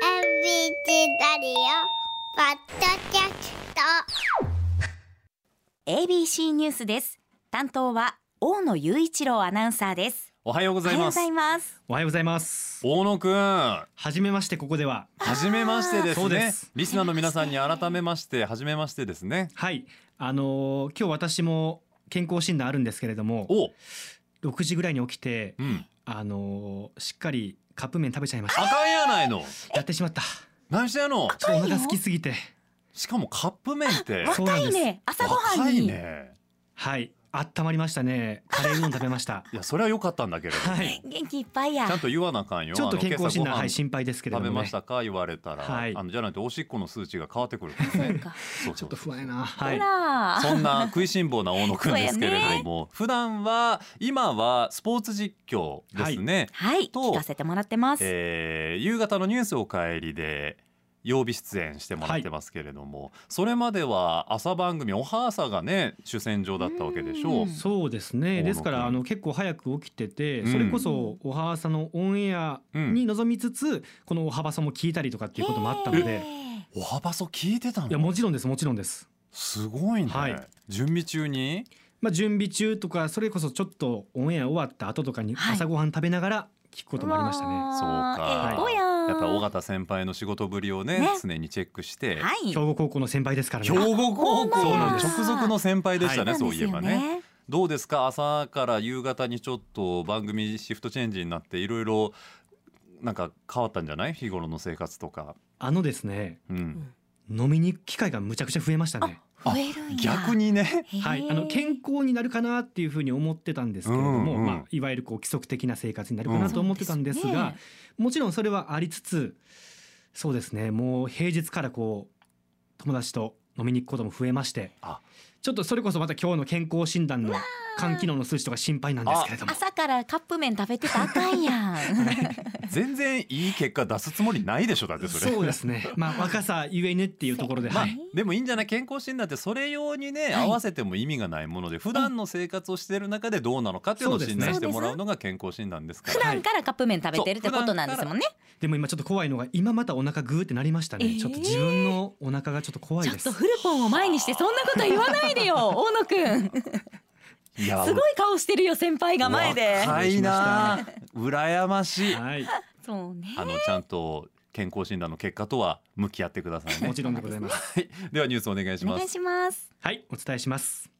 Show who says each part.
Speaker 1: チラリオポッドキャスト
Speaker 2: ABC ニュースです担当は大野雄一郎アナウンサーです
Speaker 3: おはようご
Speaker 2: お
Speaker 3: ざいます。
Speaker 2: ます
Speaker 4: おはようございます。
Speaker 3: 大野くん、は
Speaker 4: はじめましてここでは、
Speaker 3: じめましてです
Speaker 4: そう
Speaker 3: ね。
Speaker 4: です
Speaker 3: リスナーの皆さんに改めまして、はじめましてですね。
Speaker 4: はい、あのー今日私も健康診断あるんですけれども、
Speaker 3: お、
Speaker 4: 6時ぐらいに起きて
Speaker 3: う、ん、
Speaker 4: あのーしっかりカップ麺食べちゃいました。
Speaker 3: 赤いやないの。
Speaker 4: やってしまった。
Speaker 3: 何してやの。
Speaker 4: ちょっとお腹空きすぎて、
Speaker 3: しかもカップ麺って。
Speaker 4: そう
Speaker 2: 若い
Speaker 4: なん
Speaker 2: ね朝ごは
Speaker 3: 若
Speaker 2: ん
Speaker 3: い
Speaker 2: に、
Speaker 3: ね。
Speaker 4: はい、温まりましたね。カレーうどん食べました。
Speaker 3: いや、それは良かったんだけれど。ち
Speaker 4: はい。
Speaker 2: 元気いっぱいや
Speaker 3: ゃんと言わなあかんよ。
Speaker 4: ちょっと
Speaker 3: あの
Speaker 4: 健康診断
Speaker 3: 今
Speaker 4: はい
Speaker 3: 朝
Speaker 4: 心配ですけ
Speaker 3: ご
Speaker 4: れ
Speaker 3: 飯食べ
Speaker 4: ども
Speaker 3: ま
Speaker 4: ね。
Speaker 3: し
Speaker 4: ちょ
Speaker 3: たか言われたら、
Speaker 4: はい
Speaker 3: あのじゃないとおしっこの数値が変わってくるからね。
Speaker 2: そうか
Speaker 3: そうそう
Speaker 4: っと不安やな。は
Speaker 2: ほ
Speaker 4: い。
Speaker 2: ら
Speaker 3: そんな食いしん坊な大野くんですけれども、普段は今はスポーツ実況ですね。
Speaker 2: はい
Speaker 3: と
Speaker 2: 聞かせてもらってます、
Speaker 3: えー夕方のニュースおかえりで曜日出演してもらってますけれども、それまでは朝番組おはーさがね主戦場だったわけでしょ
Speaker 2: う。
Speaker 3: うん
Speaker 4: そうですね。ですからあの結構早く起きてて、それこそおはあさのオンエアに臨みつつ、このおはばさも聞いたりとかっていうこともあったので。
Speaker 2: へ
Speaker 3: おはばそ聞いてた
Speaker 4: いや
Speaker 3: の
Speaker 4: もちろんですもちろんです。
Speaker 3: すごいね、
Speaker 4: はい
Speaker 3: 準備中に
Speaker 4: まあ準備中とかそれこそちょっとオンエア終わった後とかに
Speaker 2: はい
Speaker 4: 朝ごはん食べながら聞く
Speaker 2: ー
Speaker 4: こともありましたね。
Speaker 2: わー
Speaker 3: そうか
Speaker 2: ええ子やん
Speaker 3: やっぱ尾形先輩の仕事ぶりをね
Speaker 2: ね
Speaker 3: 常にチェックして、
Speaker 2: はい
Speaker 4: 兵庫高校の先輩ですからね。
Speaker 3: 兵庫高校の直属の先輩でした
Speaker 2: な
Speaker 3: ね、
Speaker 2: ん
Speaker 3: そう
Speaker 2: です
Speaker 3: いえば
Speaker 2: よ
Speaker 3: ねどうですか朝から夕方にちょっと番組シフトチェンジになっていろいろなんか変わったんじゃない日頃の生活とか、
Speaker 4: あのですね、
Speaker 3: うん、
Speaker 4: 飲みに行く機会がむちゃくちゃ増えましたね。
Speaker 3: あ
Speaker 2: 増えるんや
Speaker 3: 逆にね
Speaker 2: へー
Speaker 4: はい、あの健康になるかなっていうふうに思ってたんですけれども、
Speaker 3: うんうん
Speaker 4: まあいわゆるこう規則的な生活になるかなと思ってたんです
Speaker 2: そう
Speaker 4: が、
Speaker 2: ね
Speaker 4: もちろんそれはありつつ、そうですね、もう平日からこう友達と飲みに行くことも増えまして
Speaker 3: あ、
Speaker 4: ちょっとそれこそまた今日の健康診断の肝機能の数値とか心配なんですけれども、
Speaker 2: 朝からカップ麺食べてたらあかんや ん
Speaker 3: 全然いい結果出すつもりないでしょだってそれ
Speaker 4: そうですね。まあ若さゆえねっていうところで、
Speaker 3: まあ
Speaker 4: はい。
Speaker 3: でもいいんじゃない健康診断ってそれ用にね、
Speaker 2: い
Speaker 3: 合わせても意味がないもので普段の生活をしている中でどうなのかっていうのを
Speaker 4: そうです
Speaker 3: 診
Speaker 4: ね
Speaker 3: 断してもらうのが健康診断ですか
Speaker 2: 普
Speaker 3: ら。
Speaker 2: 段からカップ麺食べてるってことなんですもんね
Speaker 4: でも今ちょっと怖いのが今またお腹グーってなりましたね。
Speaker 2: えー
Speaker 4: ちょっと自分のお腹がちょっと怖い
Speaker 2: ちょっ
Speaker 4: です
Speaker 2: と。フルポンを前にしてそんなこと言わないでよ 大野くん
Speaker 3: いや
Speaker 2: すごい顔してるよ先輩が前で
Speaker 3: 若いなあ羨ま しいあ
Speaker 4: はい。
Speaker 2: そうね
Speaker 3: のちゃんと健康診断の結果とは向き合ってください
Speaker 4: も
Speaker 3: ね
Speaker 4: ちろんでございます。
Speaker 3: ではニュースお願いし
Speaker 2: お
Speaker 3: ま
Speaker 2: 願い
Speaker 3: す
Speaker 2: します
Speaker 4: はい、お伝えします。